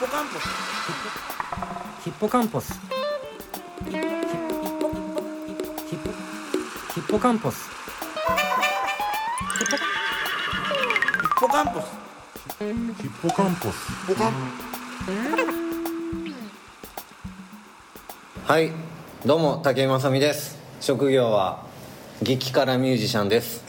ポカンポスヒッポカンポスヒッポヒッポヒッポカンポスヒッポカンポスヒッポカンポスポカンはいどうも竹井正美です職業は激辛ミュージシャンです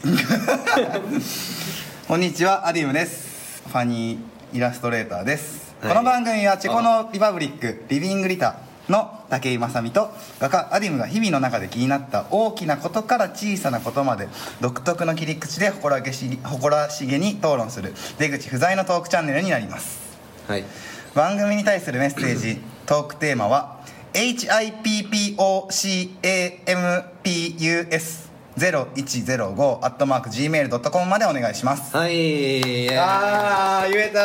こんにちはアディムですファニーイラストレーターです、この番組はチェコのリパブリックリビングリタの武井雅美と画家アディムが日々の中で気になった大きなことから小さなことまで独特の切り口で誇らげし誇らしげに討論する出口不在のトークチャンネルになりますはい番組に対するメッセージトークテーマは HIPPOCAMPUS0105 アットマーク Gmail.com までお願いしますはいエーイあー言えた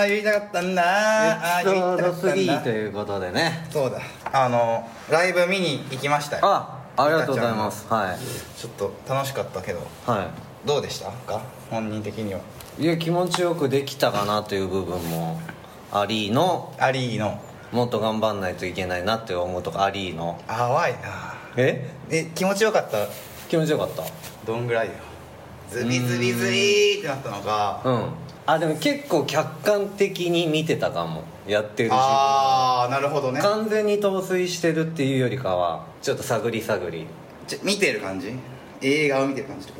ー言いたかったんだーあエピーソ言いたかードったん3だということでねそうだあのライブ見に行きましたよあありがとうございますはいちょっと楽しかったけどはどうでしたか本人的にはいいや気持ちよくできたかなという部分もありのアリーのもっと頑張んないといけないなって思うとかありの淡いなええ気持ちよかった気持ちよかっどんぐらいよズビズビズビーってなったのかたうんあでも結構客観的に見てたかもやってる自分ああなるほどね完全に陶酔してるっていうよりかはちょっと探り探りちょ見てる感じ映画を見てる感じってこ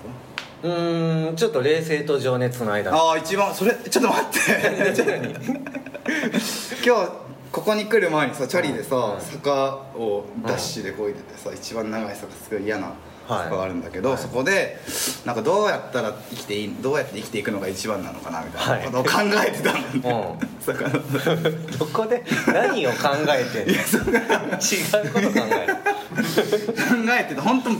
とうーんちょっと冷静と情熱の間ああ一番それちょっと待ってちょっと今日ここに来る前にさチャリでさ、うん坂をダッシュでこいでてさ、一番長い坂すごい嫌な坂があるんだけど、はいそこでなんかどうやったら生きていいどうやって生きていくのが一番なのかなみたいなことを考えてたんだよね、うん坂のどこで 何を考えてんの違うこと考 える考えてた本当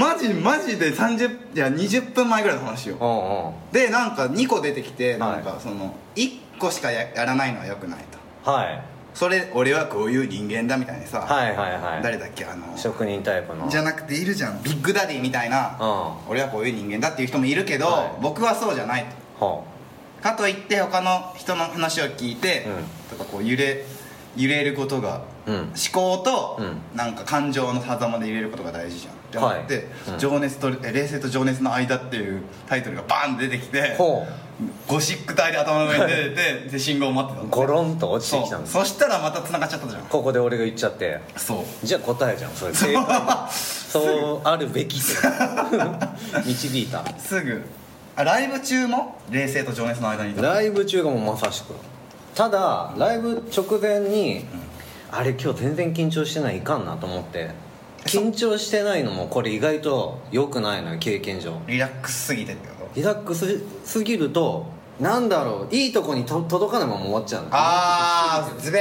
マジマジで30いや20分前ぐらいの話ようんうんでなんか2個出てきてはないんかその1個しかややらないのはよくないとはいそれ俺はこういう人間だみたいにさ、はいはいはい誰だっけあの職人タイプのじゃなくているじゃんビッグダディみたいな、う俺はこういう人間だっていう人もいるけど、はい僕はそうじゃないとはかといって他の人の話を聞いて、とかこう揺れ揺れることが、うん思考と、うなんか感情の狭間で揺れることが大事じゃんって思って、はいうん情熱とえ冷静と情熱の間」っていうタイトルがバーンって出てきてあほゴシック体で頭の上に出ててで信号を待ってたうのゴロンと落ちてきたそんうですそしたらまた繋がっちゃったじゃんここで俺が言っちゃってそうじゃあ答えじゃんそれ正解そうあるべき って導いたすぐあライブ中も冷静と情熱の間にいたライブ中がもうまさしくただライブ直前にあれ今日全然緊張してないいかんなと思って緊張してないのもこれ意外と良くないのよ経験上リラックスすぎてってことリラックスすぎるとなんだろういいとこにと届かないまま終わっちゃうのああズベ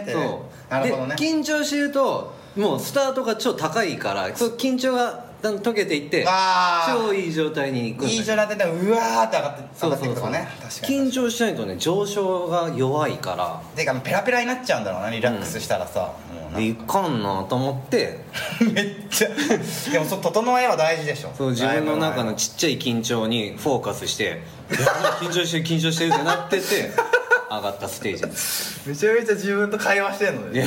ーンってそうねなるほどねで緊張してるともうスタートが超高いからそう緊張がだんだん解けていってあー超いい状態に行くんだいけいどじゃなってたらうわーって上がって上そうがっていそくとうそうかね確か緊に張しないとね上昇が弱いからてかペラペラになっちゃうんだろうなリラックスしたらさ、もうなでいかんなと思ってめっちゃ でもそう整えは大事でしょそう自分の中ラのイブちっちゃい緊張にフォーカスして「いや緊張してる緊張してる」ってなってて上がったステージです前めちゃめちゃ自分と会話してんのね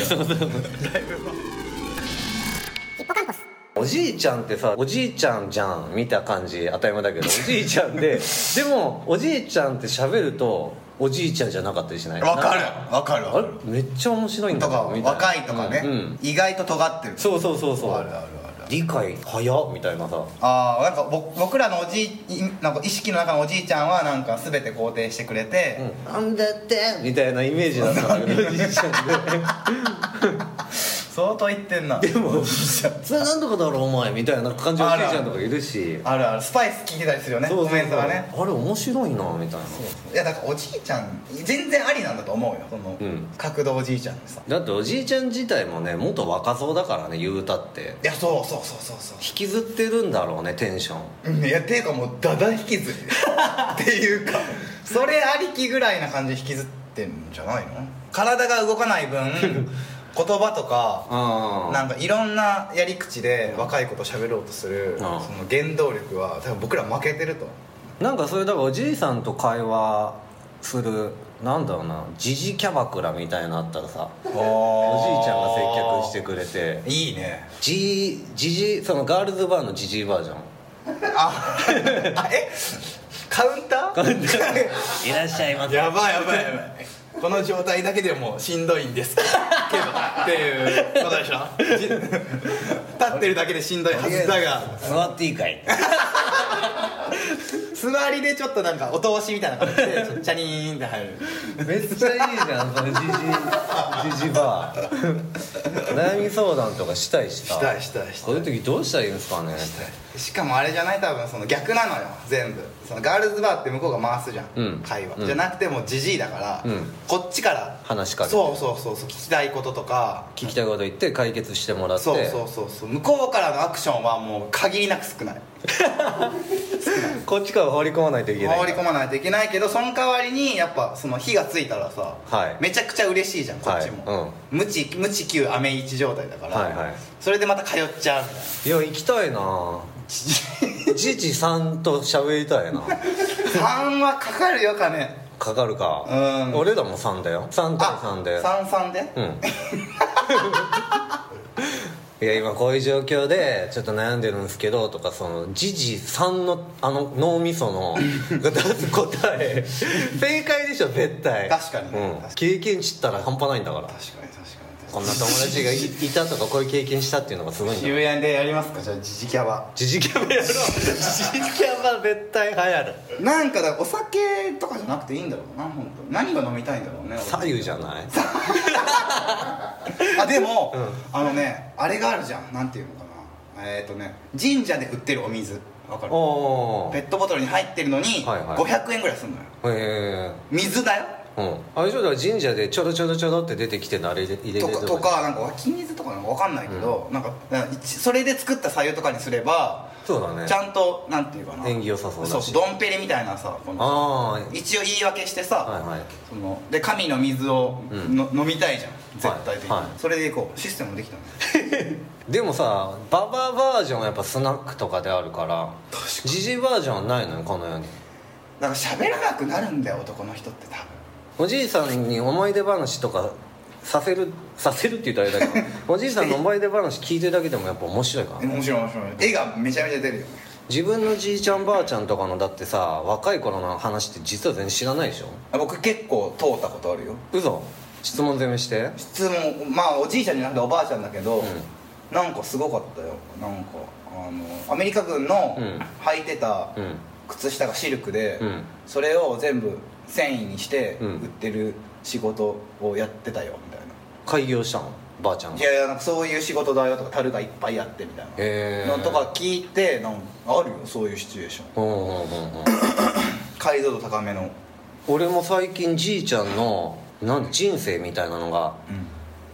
おじいちゃんってさおじいちゃんじゃん見た感じ当たり前だけどおじいちゃん ででもおじいちゃんって喋るとおじいちゃんじゃなかったりしないわかるなんかわかるわあかれるめっちゃ面白いんだとけかどみたいな若いとかね、うんうん意外と尖ってるそうそうそうそうあるあるある理解早っみたいなさああなんか僕僕らのおじいなんか意識の中のおじいちゃんはなんか全て肯定してくれて、 「なんだって」みたいなイメージだったんだけど おじいちゃんで相当言ってんなでもおじいちゃんそれなんとかだろお前みたいな感じのおじいちゃんとかいるしあるあるスパイス聞いてたりするよねそうそうコメントがねあれ面白いなみたいないやだからおじいちゃん全然ありなんだと思うよその、うん角度おじいちゃんでさだっておじいちゃん自体もね元若そうだからね言うたっていやそうそうそうそうそう引きずってるんだろうねテンションうんいやっていうかもうダダ引き ずりっていうかそれありきぐらいな感じで引きずってんじゃないの体が動かない 分言葉とかあなんかいろんなやり口で若い子と喋ろうとするんその原動力は多分僕ら負けてるとなんかそれだからおじいさんと会話するなんだろうなジジキャバクラみたいなのあったらさおじいちゃんが接客してくれていいねジジジそのガールズバーのジジイバージョンああえカウンターカウンターいらっしゃいまやばいやばいやばいこの状態だけでもしんどいんですけどっていうことでしょじ立ってるだけでしんどいはずだが座っていいかい座りでちょっとなんかお通しみたいな感じでちょっとチャニーンって入るめっちゃいいじゃんそのジジジジバー悩み相談とかしたいしさしたいしたいしたいこういう時どうしたらいいんですかねしかもあれじゃない多分その逆なのよ全部そのガールズバーって向こうが回すじゃん、うん会話、うんじゃなくてもうジジイだから、うんこっちから話しかけてそうそうそうそう聞きたいこととか聞きたいこと言って解決してもらってそうそうそうそう向こうからのアクションはもう限りなく少ないこっちから放り込まないといけない放り込まないといけないけどその代わりにやっぱその火がついたらさ、はいめちゃくちゃ嬉しいじゃんこっちも、はい無知無知級アメイチ状態だから、はいはいそれでまた通っちゃうみ たいないや行きたいなじじさんと喋りたいな3はかかるよ金かかるかうん俺らも3だよ3対3で33で、うん いや今こういう状況でちょっと悩んでるんですけどとかそのジジさんのあの脳みそのが出す答え 正解でしょ絶対確かにねうん確かに経験値ったら半端ないんだから確かに確かにこんな友達がいいたとかこういう経験したっていうのがすごいんだ渋谷でやりますかじゃあジジキャバジジキャバやろうジジキャバ絶対流行るなんかだからお酒とかじゃなくていいんだろうな本当何が飲みたいんだろうね左右じゃないあでも、あのねあれがあるじゃんなんていうのかなえっ、とね神社で売ってるお水わかるおおペットボトルに入ってるのにはいはい500円ぐらいすんのよへ水だよえうんあれちょだから神社でちょろちょろちょろって出てきてるのあれ入れ入れとてかとかなんか湧き水とかなんかわかんないけど、なんかなんか一それで作った白湯とかにすればそうだねちゃんとなんていうかな縁起良さそうだしそうドンペリみたいなさこのああ一応言い訳してさ、はいはいそので神の水をうんの、飲みたいじゃん絶対的に、はいはいそれでいこうシステムできたねでもさババアバージョンはやっぱスナックとかであるからジジイバージョンはないのよこの世にだから喋らなくなるんだよ男の人って多分おじいさんに思い出話とかさせるさせるって言ったらあれだけ どおじいさんの思い出話聞いてるだけでもやっぱ面白いからね面白い面白い絵がめちゃめちゃ出るよね自分のじいちゃんばあちゃんとかのだってさ若い頃の話って実は全然知らないでしょあ僕結構通ったことあるよ嘘質問攻めして質問まあおじいちゃんじゃなくておばあちゃんだけど、なんかすごかったよなんかあのアメリカ軍のうん履いてたうん靴下がシルクで、うんそれを全部繊維にしてうん売ってる仕事をやってたよみたいな、開業したのばあちゃんがいやいやなんかそういう仕事だよとか樽がいっぱいあってみたいへなーのとか聞いてなんかあるよそういうシチュエーションうんうんうんうん解像度高めの、俺も最近じいちゃんのなん人生みたいなのが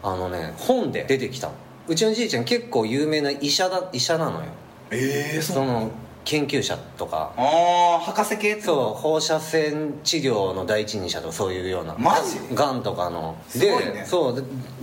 あのね本で出てきたのうちのじいちゃん結構有名な医者だ医者なのよええそうその研究者とかああ博士系ってことそう放射線治療の第一人者とかそういうようなマジがんとかのすでごいねそう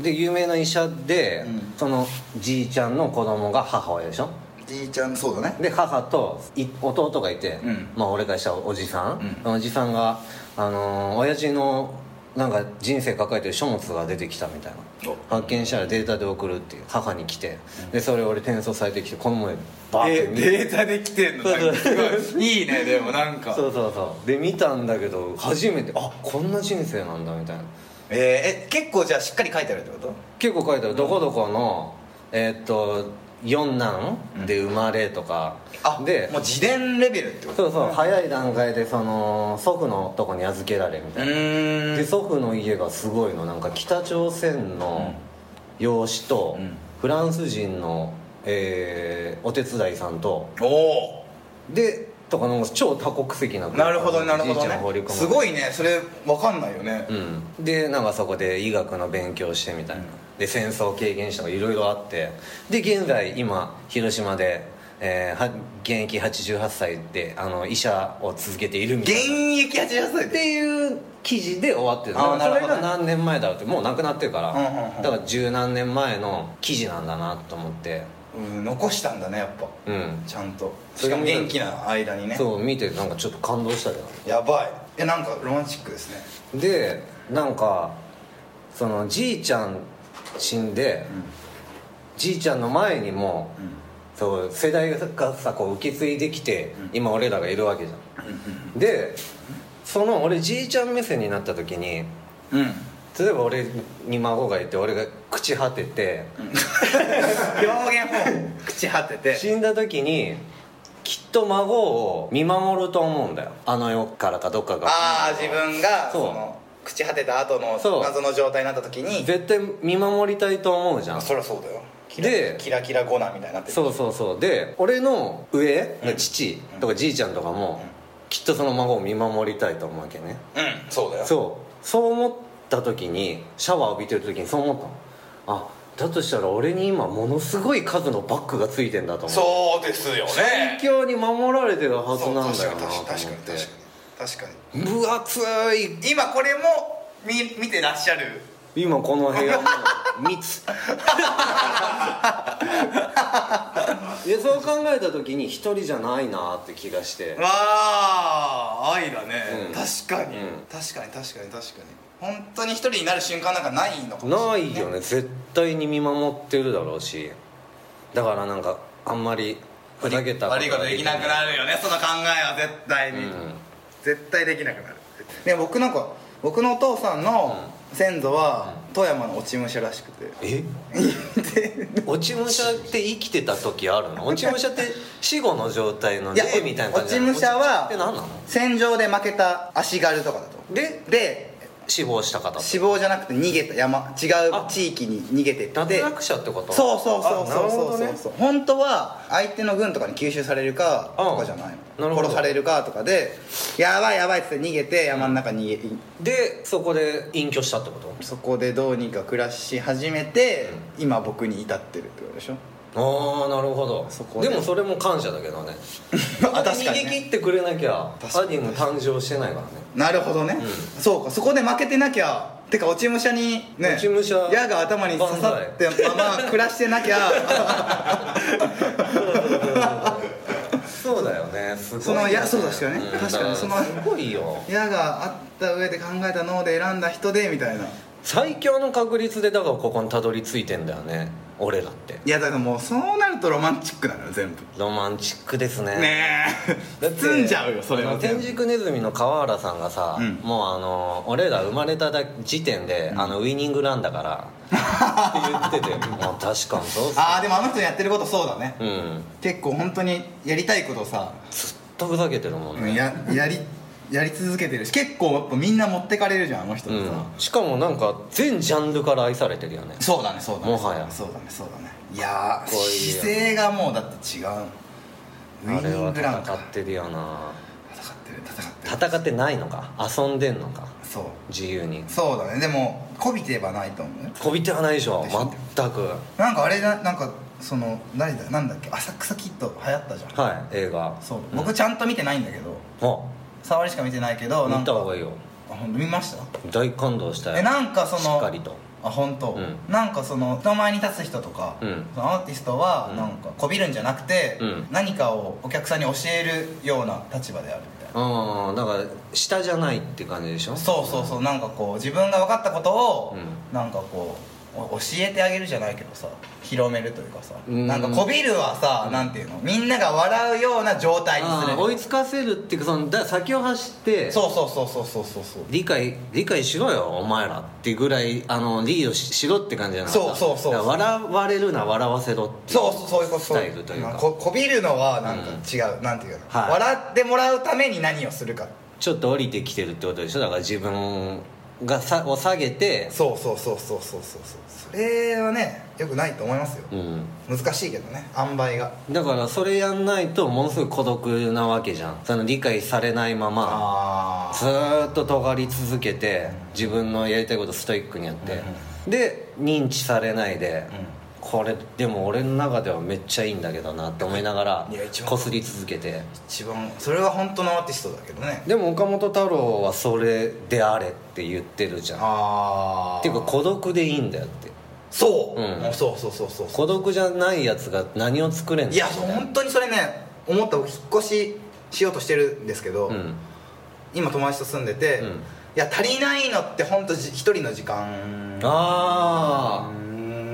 でで有名な医者で、うんそのじいちゃんの子供が母親でしょじいちゃんそうだねで母とい弟がいて、うんまあ、俺がしたおじさん、うおじさんが、あのー親父のなんか人生抱えてる書物が出てきたみたいな発見したらデータで送るっていう母に来て、でそれ俺転送されてきてこの前バーって見て、ータで来てんのなんかすごいいいねでもなんかそうそうそうで見たんだけど初めてあこんな人生なんだみたいなえー、え結構じゃあしっかり書いてあるってこと結構書いてあるどこどこのえーっと四男で生まれとか、でもう自伝レベルってことそうそう早い段階でその祖父のとこに預けられみたいな、ーで祖父の家がすごいのなんか北朝鮮の養子と、うんフランス人の、えーお手伝いさんとおおでとかなんか超多国籍ななるほどなるほじいちゃん放どりね込まれてすごいねそれわかんないよね、うん、でなんかそこで医学の勉強してみたいな、で戦争経験したとかいろいろあってで現在今広島で、えーは現役88歳であの医者を続けているみた現いな役88歳でっていう記事で終わってるあーだかならるそれほどが何年前だろうってもうなくなってるから、うんうんうんだから十何年前の記事なんだなと思ってうん残したんだねやっぱ、うんちゃんとそしれかもも元気な間にねそう見てなんかちょっと感動したけどやばえなんかロマンチックですねでなんかそのじいちゃん死んで、じいちゃんの前にも、そう世代がさこう受け継いできて、今俺らがいるわけじゃん、でその俺じいちゃん目線になった時に うん例えば俺に孫がいて俺が朽ち果てて、表現も朽ち果てて死んだ時にきっと孫を見守ると思うんだよあの世からかどっかがああ自分がそそうの朽ち果てた後のそう謎の状態になった時に絶対見守りたいと思うじゃんそりゃそうだよキラでキラキラゴナみたいになってるそうそうそうで俺の上、父とかじいちゃんとかも、きっとその孫を見守りたいと思うわけねうんそうだよそうそう思った時にシャワー浴びてる時にそう思ったのあだとしたら俺に今ものすごい数のバッグがついてんだと思うそうですよね環境に守られてるはずそうなんだよな確と思っかに確かに確かてに確かに確か分厚いに今これも見見てらっしゃる今この部屋も 密でそう考えた時に一人じゃないなって気がしてわあ愛だね、うん確かに、うん確かに確かに確かに本当に一人になる瞬間なんかないのかもなしれないいよね絶対に見守ってるだろうしだからなんかあんまりふざけた悪いことできなくなるるよねその考えは絶対に、うん絶対できなくなるで僕なんか僕のお父さんの先祖は富山の落ち武者らしくてえ 落ち武者って生きてた時あるの落ち武者って死後の状態のいや霊みたいな感落じちなの武者は落ち武者って何なの戦場で負けた足軽とかだとでで死亡した方死亡じゃなくて逃げた山違あう地域に逃げてって脱落者ってことそうそうそうあなるそうほそうどそう、ね本当は相手の軍とかに吸収されるかとかじゃないうんなるのほど殺されるかとかでやばいやばいっつって逃げて山の中に逃げ、でそこで隠居したってことそこでどうにか暮らし始めて、今僕に至ってるってことで しょああなるほどそこででもそれも感謝だけどねあ確かにね逃げ切ってくれなきゃ確かアにディも誕生してないからねなるほどね、そうかそこで負けてなきゃてか落ち武者にね落ち武者矢が頭に刺さってまま暮らして なきゃ そうだよねすごいよそのいやそうですよね確かにそのだらすごいよ矢があった上で考えた脳で選んだ人でみたいな最強の確率でだからここにたどり着いてんだよね俺らっていやだからもうそうなるとロマンチックなのよ全部ロマンチックですねねだえって包んじゃうよそれあはの天竺ネズミの川原さんがさ、うんもうあの俺ら生まれた時点で、あのウイニングラン だからって言っててもう確かにそうっすああでもあの人のやってることそうだね、うん結構本当にやりたいことをさ、ずっとふざけてるもんね、ややりやり続けてるし結構やっぱみんな持ってかれるじゃんあの人うってさ、ん、しかもなんか全ジャンルから愛されてるよねそうだねそうだねもはやそうだねそうだねいやーかっこいいよ姿勢がもうだって違うウあイれニはングラン戦かってるよな戦ってる戦ってる戦ってないのか遊んでんのかそう自由にそうだねでもこびてばないと思うねこびてはないでしょでしょ全くなんかあれだなんかその誰だなんだっけ浅草キッド流行ったじゃんはい映画そう、ん僕ちゃんと見てないんだけどあ触りしか見てないけどな見んたか方がいいよあほんと見ました大感動したよえなんかそのしっかりとあ本当、うんなんかその人前に立つ人とか、うんそのアーティストはうんなんかこびるんじゃなくて、うん何かをお客さんに教えるような立場であるみたいな、うんだから下じゃないって感じでしょそうそうそうなんかこう自分が分かったことを、うなんかこうお教えてあげるじゃないけどさ広めるというかさ、うんなんかこびるはさ、なんていうのみんなが笑うような状態にすあるー追いつかせるっていうかそのだ先を走ってそうそうそうそうそうそうそう理解理解しろよお前らっていうぐらいあのリードししろって感じじゃなかったそうそうそうだから笑われるな笑わせろっていそうそうそういうことスタイルというかここびるのはなんか違う、なんていうの、はい笑ってもらうために何をするかちょっと降りてきてるってことでしょだから自分がさを下げてそうそうそうそうそうそうそうそれはねよくないと思いますよ、うん難しいけどね塩梅がだからそれやんないとものすごい孤独なわけじゃんその理解されないままあずーっと尖り続けて自分のやりたいことストイックにやって、で認知されないで、これでも俺の中ではめっちゃいいんだけどなって思いながらいや一番こすり続けて一番それは本当のアーティストだけどねでも岡本太郎はそれであれって言ってるじゃんっああていうか孤独でいいんだよってそう、うんもうそうそうそうそうそ孤独じゃないやつが何を作れんうのいやそう本当にそれね思った僕引っ越ししようとしてるんですけど、うん今友達と住んでて、うんいや足りないのって本当じ一人の時間あ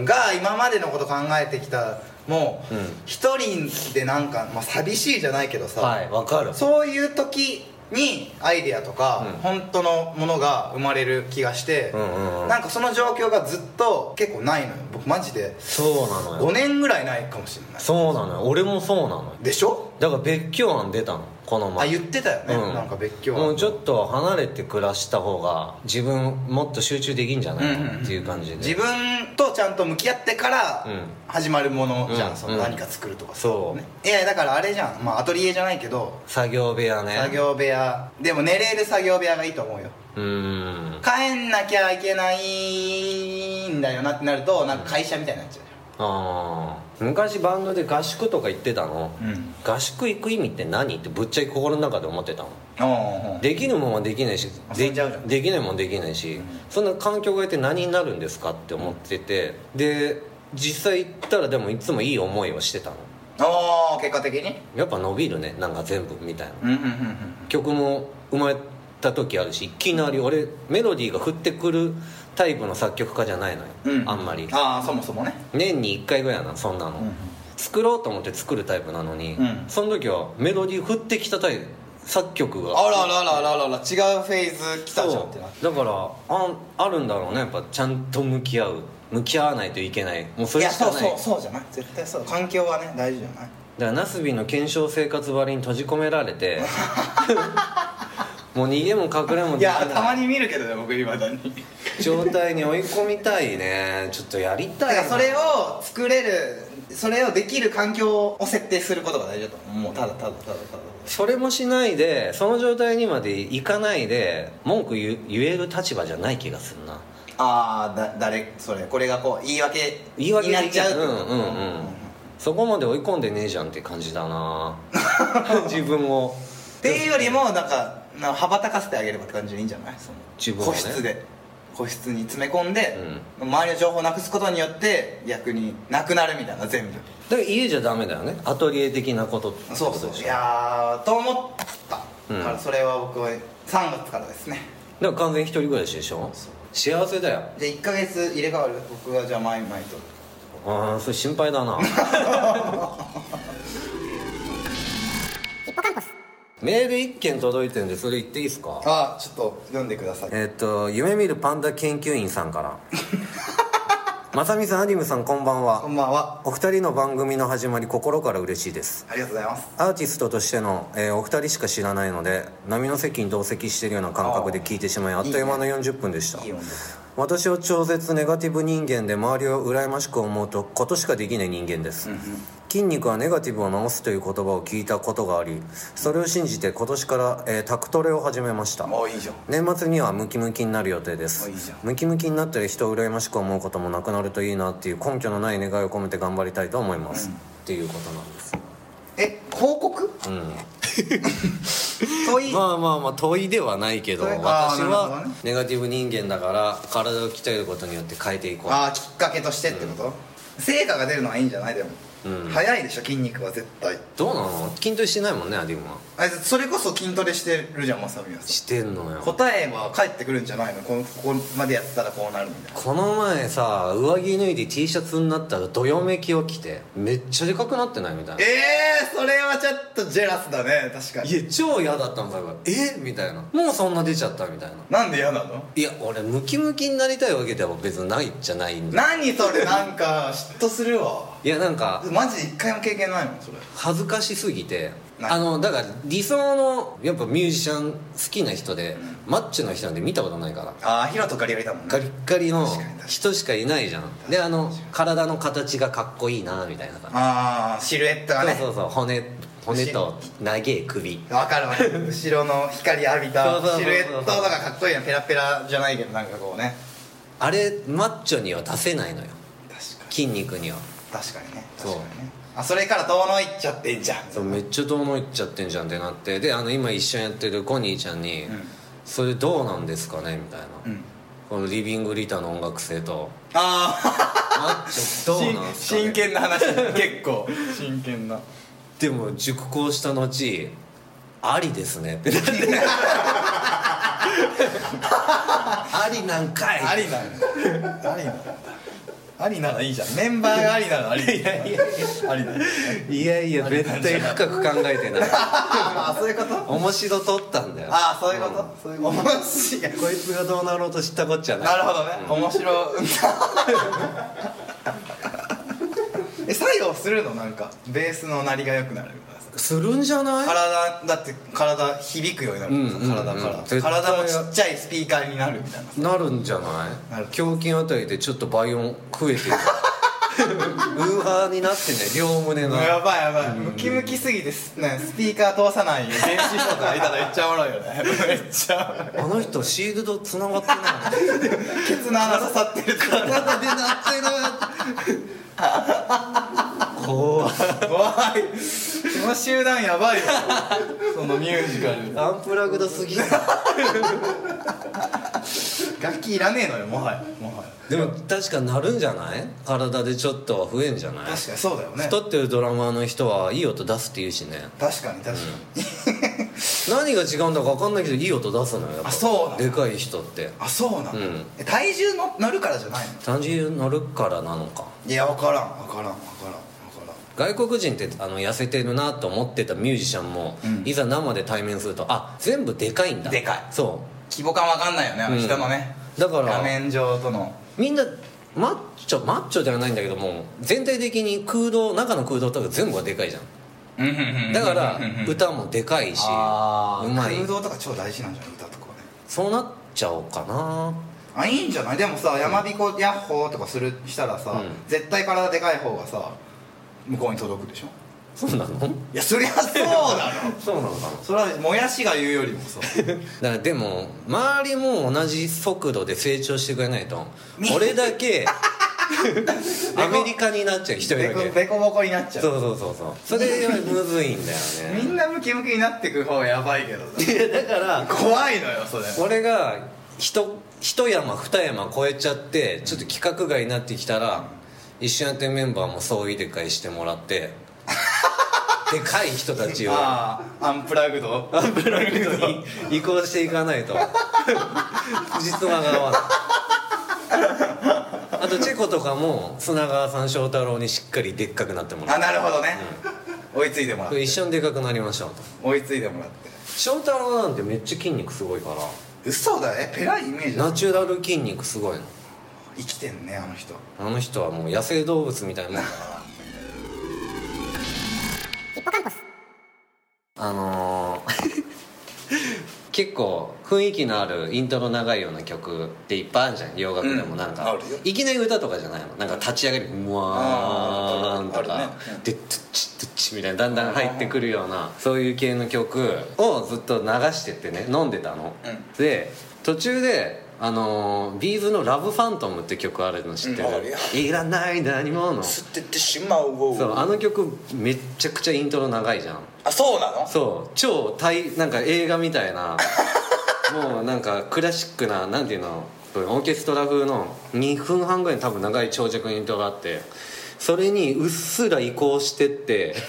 が今までのこと考えてきたもううん一、人でなんか、まあ、寂しいじゃないけどあさ、はいわかるそういう時にアイデアとか、うん本当のものが生まれる気がして、うんうんうんなんかその状況がずっと結構ないのよ僕マジでそうなの5よ年ぐらいないかもしれないそうなのよ俺もそうなのよでしょだから別居案出たのこのあ前言ってたよね、うんなんか別居もうちょっと離れて暮らした方が自分もっと集中できんじゃないうんうんうんのっていう感じで自分とちゃんと向き合ってからうん始まるものじゃん、うんそのうん何か作るとかさそうねいやだからあれじゃん、まあ、アトリエじゃないけど作業部屋ね作業部屋でも寝れる作業部屋がいいと思うようーん帰んなきゃいけないんだよなってなるとなんか会社みたいになっちゃうあー昔バンドで合宿とか行ってたの、うん合宿行く意味って何ってぶっちゃけ心の中で思ってたのじゃんおうおうできるもんはできないし遊でんじゃうじゃんできないもんできないし、そんな環境がいて何になるんですかって思ってて、で実際行ったらでもいつもいい思いをしてたのおう結果的にやっぱ伸びるねなんか全部みたいなうんうん曲も生まれた時あるしいきなり俺メロディーが降ってくるタイプの作曲家じゃないのよ、うんうんあんまりああそもそもね年に1回ぐらいなそんなの、ん作ろうと思って作るタイプなのに、うんその時はメロディー降ってきたタイプ作曲があらあらあらあらあら違うフェーズ来たじゃんってなそうだからあんあるんだろうねやっぱちゃんと向き合う向き合わないといけないもうそいれやしかそうないそうそうじゃない絶対そう環境はね大事じゃないだからナスビの検証生活ばりに閉じ込めら れてもう逃げも隠れもいできやないたまに見るけどね僕いまだに状態に追い込みたいねちょっとやりだたかいならそれを作れるそれをできる環境を設定することが大事だと思うもうただただただただそれもしないでその状態にまでいかないで文句言う言える立場じゃない気がするなああだ誰それこれがこう言い訳言い訳になでっきちゃうう、んうんうんそこまで追い込んでねえじゃんって感じだ な自分をっていうよりもなんかな羽ばたかせてあげればって感じでいいんじゃないその自分を個ね室で個室に詰め込んで、周りの情報をなくすことによって逆になくなるみたいな全部だから家じゃダメだよねアトリエ的なことってそうことそうでしいょだかやーと思った、うんからそれは僕は3月からですねら完全に一人暮らしでしょ幸せだよじゃあ1ヶ月入れ替わる僕はじゃあマイマイとああそれ心配だ な メール一件届いてるんでそれ言っていいですかあちょっと読んでくださいえーっ、と夢見るパンダ研究員さん から「まさみさんアディムさんこんばんはこんばんはお二人の番組の始まり心から嬉しいですありがとうございますアーティストとしての、えーお二人しか知らないので波の席に同席しているような感覚で聞いてしまいあっという間の40分でしたいい音楽私は超絶ネガティブ人間で周りを羨ましく思うとことしかできない人間です、筋肉はネガティブを治すという言葉を聞いたことがありそれを信じて今年から、えータクトレを始めましたもういいじゃん年末にはムキムキになる予定であすいいじゃんムキムキになってる人を羨ましく思うこともなくなるといいなっていう根拠のない願いを込めて頑張りたいと思います、っていうことなんですえ報告うん問い、まあまあまあ問いではないけど問い私あーなるほはどねネガティブ人間だから体を鍛えることによって変えていこうああきっかけとしてってこと、成果が出るのはいいんじゃないでも、うん早いでしょ筋肉は絶対どうなの筋トレしてないもんねアディムはあいつそれこそ筋トレしてるじゃんまさみはさしてんのよ答えは返ってくるんじゃないのこのここまでやったらこうなるみたいなこの前さ上着脱いで T シャツになったらどよめきを着てめっちゃでかくなってないみたいなええー、それはちょっとジェラスだね確かいにや超嫌だったんだからえみたいなもうそんな出ちゃったみたいななんで嫌なのいや俺ムキムキになりたいわけでは別にないじゃないんだ何それなんか嫉妬するわいやなんかマジで一回も経験ないもんそれ恥ずかしすぎてないあのだから理想のやっぱミュージシャン好きな人で、マッチョの人なんて見たことないからああヒロとガリガリだもんガねリッガリの確かに確かに人しかいないじゃんであの体の形がかっこいいなみたいなさああシルエットがねそうそうそう骨骨と長え首わかるわか る後ろの光浴びたそうそうそうそうシルエットとかかっこいいなペラペラじゃないけどなんかこうねあれマッチョには出せないのよ確か筋肉には確かにねそう確かにねあそれから遠のいっちゃってんじゃんそうめっちゃ遠のいっちゃってんじゃんってなってであの今一緒にやってるコニーちゃんに、んそれどうなんですかねみたいな、うんこのリビングリターの音楽性とあマッチョどうなんしすか、ね、真剣な話 結構真剣な でも熟考した後ありですねってなってありなんかいありなのありなのありなのいいじゃんメンバーがありなのありありなのいやいや絶対深く考えてないあそういうこと面白取ったんだよあそういうことそういうこと面白いこいつがどうなろうと知ったこっちゃないなるほどね面白い え作用するのなんかベースの鳴りが良くなるみたいなさするんじゃない体だって体響くようになるうんうんうん体から絶対体もちっちゃいスピーカーになるみたいななるんじゃななるい胸筋あたりでちょっと倍音増 えてるウーハーになってね両胸のやばいやばいムキムキすぎてすねスピーカー通さないよ電子書とかいたらめっちゃおもろいよ ねめっちゃおもろいあの人シールド繋がってないケツの穴刺さってるから体でなってる怖い怖いこの集団やばいよそのミュージカルアンプラグドすぎる楽器いらねえのよもはやもはやでも確かなるんじゃない体でちょっとは増えんじゃない確かにそうだよね太ってるドラマーの人はいい音出すって言うしね確かに確かに、何が違うんだか分かんないけどいい音出すのよやっぱあそうなんだでかい人ってあそうなんだ、うんえ体重の乗るからじゃないの単純乗るからなのかいや分からん分からん分からん分からん外国人ってあの痩せてるなと思ってたミュージシャンも、んいざ生で対面するとあ全部でかいんだでかいそ規模感分かんないよねあの人のね、うだから画面上とのみんなマッチョマッチョではないんだけども全体的に空洞中の空洞とか全部がでかいじゃんうんうんうんうんだからうんうんうん歌もでかいしあーうまい空洞とか超大事なんじゃない歌とかはねそうなっちゃおうかなあいいんじゃないでもさ山彦ヤッホーとかするしたらさ、うん絶対体でかい方がさ向こうに届くでしょそうなのいやそりゃそうだろそうなのかな それはもやしが言うよりもさだからでも周りも同じ速度で成長してくれないと俺 だけアメリカになっちゃう一人だでこけでこぼこになっちゃうそうそうそうそうそれはむずいんだよみんねなムキムキになってく方がやばいけどさいやだから怖いのよそれ俺が一一山二山越えちゃってちょっと規格外になってきたら一緒にやってるメンバーも総入れ替えしてもらって でかい人たちをああアンプラグドアンプラグドに移行していかないと実話が合わないあとチェコとかも砂川さん翔太郎にしっかりでっかくなってもらあなるほどね、追いついてもらっうて一緒にでかくなりましょうと追いついてもらって翔太郎なんてめっちゃ筋肉すごいから嘘だえペライイメージだナチュラル筋肉すごいの生きてんねあの人あの人はもう野生動物みたいなもんだからあのー 結構雰囲気のあるイントロ長いような曲っていっぱいあるじゃん洋楽でもなんか、うんあるよいきなり歌とかじゃないのなんか立ち上がりうわーんとあか、るねうんでトゥッチトゥッチみたいなだんだん入ってくるようなそういう系の曲をずっと流してってね飲んでたの、うんで途中であのービーズの「ラブファントム」って曲あるの知ってるうんあるよ、いらない何ものそってってしまううあの曲めっちゃくちゃイントロ長いじゃんあそうなのそう超大なんか映画みたい なもうなんかクラシックななんていうのオーケストラ風の2分半ぐらいの多分長い長尺のイントロがあってそれにうっすら移行してって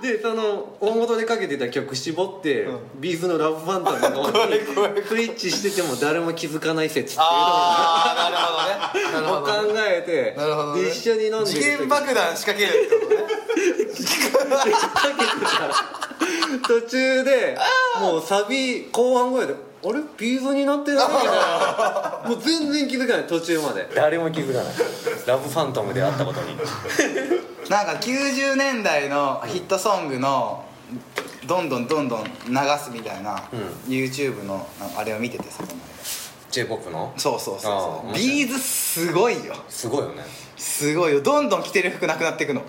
でその大元でかけてた曲絞って、ビーズの「ラブファンタム」の方にスイッチしてても誰も気づかない説っていうのああなるほどねなるをほ考どねえて、なるほどねで一緒に飲んでる時時限爆弾仕掛けるってことね途中でもうサビ後半ぐらいで「あれビーズになってない?」みたい なもう全然気づかない途中まで誰も気づかないラブファントムであったことになんか90年代のヒットソングのどんどんどんどん流すみたいな、YouTube のなんかあれを見ててさこの間 j p o p のそうそうあそーうそう面白いビーズすごいよすごいよねすごいよどんどん着てる服なくなっていくのマ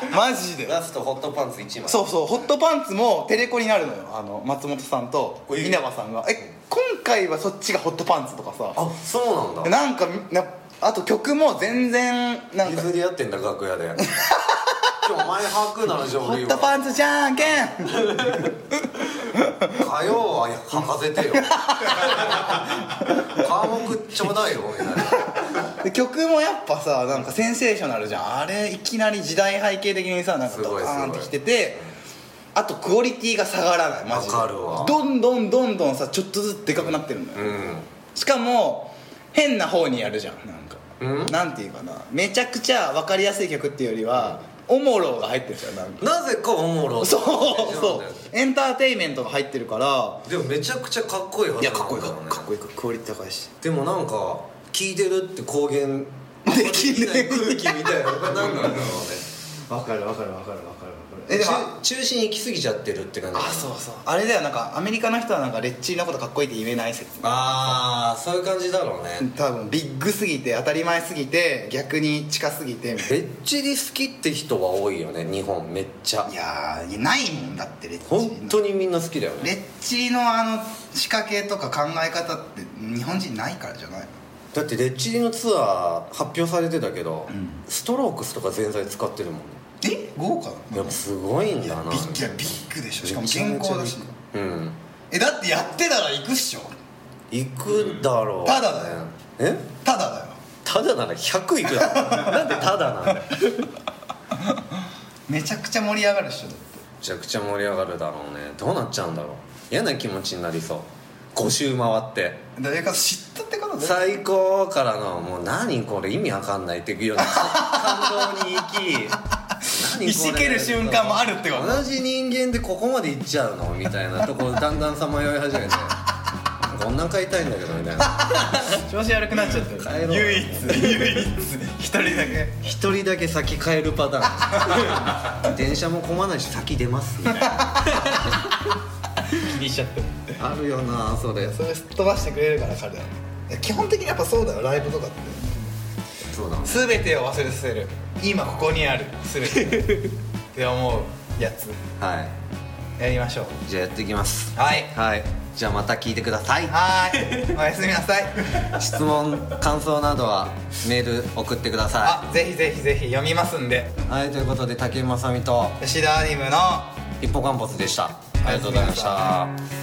ジでマジでストホットパンツ1枚そうそうホットパンツもテレコになるのよあの松本さんと稲葉さんがえ今回はそっちがホットパンツとかさあそうなんだなんかなあと曲も全然なんか譲り合ってんだ楽屋で 今日お前履くなら上ホ流ットパンツじゃんけん火曜は履かせて よ科目ちょうだいよみたいなで曲もやっぱさなんかセンセーショナルじゃんあれいきなり時代背景的にさなんかすごいドカすごーいンってきててあとクオリティが下がらないマジでわかるわどんどんどんどんさちょっとずつでかくなってるんだよ、しかも変な方にやるじゃんなんか、うんなんていうかなめちゃくちゃ分かりやすい曲っていうよりは、おもろが入ってるじゃんなんかなぜかおもろいそうなんだよそねうエンターテインメントが入ってるからでもめちゃくちゃかっこいいはいずやなんだかっこいいかよねかっこいいクオリティ高いしでもなんか聞いてるって公言できないできない空気みたいなのが何なんだろうね分かる分かる分かる分かる分かるええでも中心行き過ぎちゃってるって感じあそうそうあれだよなんかアメリカの人はなんかレッチリのことかっこいいって言えない説ああそういう感じだろうね多分ビッグすぎて当たり前すぎて逆に近すぎてみたいレッチリ好きって人は多いよね日本めっちゃないやーないもんだってレッチリ本当にみんな好きだよねレッチリのあの仕掛けとか考え方って日本人ないからじゃないのだってレッチリのツアー発表されてたけど、んストロークスとか全体使ってるもんねえ豪華なやっぱすごいんだなビッグいやビッグでしょしかもめちゃめ健ちゃ康だしうんえだってやってたら行くっしょ行くだろう、ただだよえただだよただなら100行くだろ なんでただなんだよめちゃくちゃ盛り上がるっしょだってめちゃくちゃ盛り上がるだろうねどうなっちゃうんだろう嫌な気持ちになりそう5周回って誰か知ったってことだよ最高からのもう何これ意味わかんないっていうような感動に行き何これいしける瞬間もあるってこと同じ人間でここまで行っちゃうのみたいなところだんだんさまよい始めてなんかお腹痛いんだけどみたいな調子悪くなっちゃって帰ろう唯一唯一一人だけ一人だけ先帰るパタ ーン電車も混まないし先出ますみたいな気にしちゃってるあるよなそれそれすっ飛ばしてくれるから彼は基本的にやっぱそうだよライブとかってそうだ全てを忘れさせる今ここにある全て って思うやつはいやりましょうじゃあやっていきますはいはいじゃあまた聞いてくださいはーいおやすみなさい質問感想などはメール送ってくださあぜひぜひぜひ読みますんでいはいということで竹井まさみと吉田アニムのヒッポカンポスでしたありがとうございました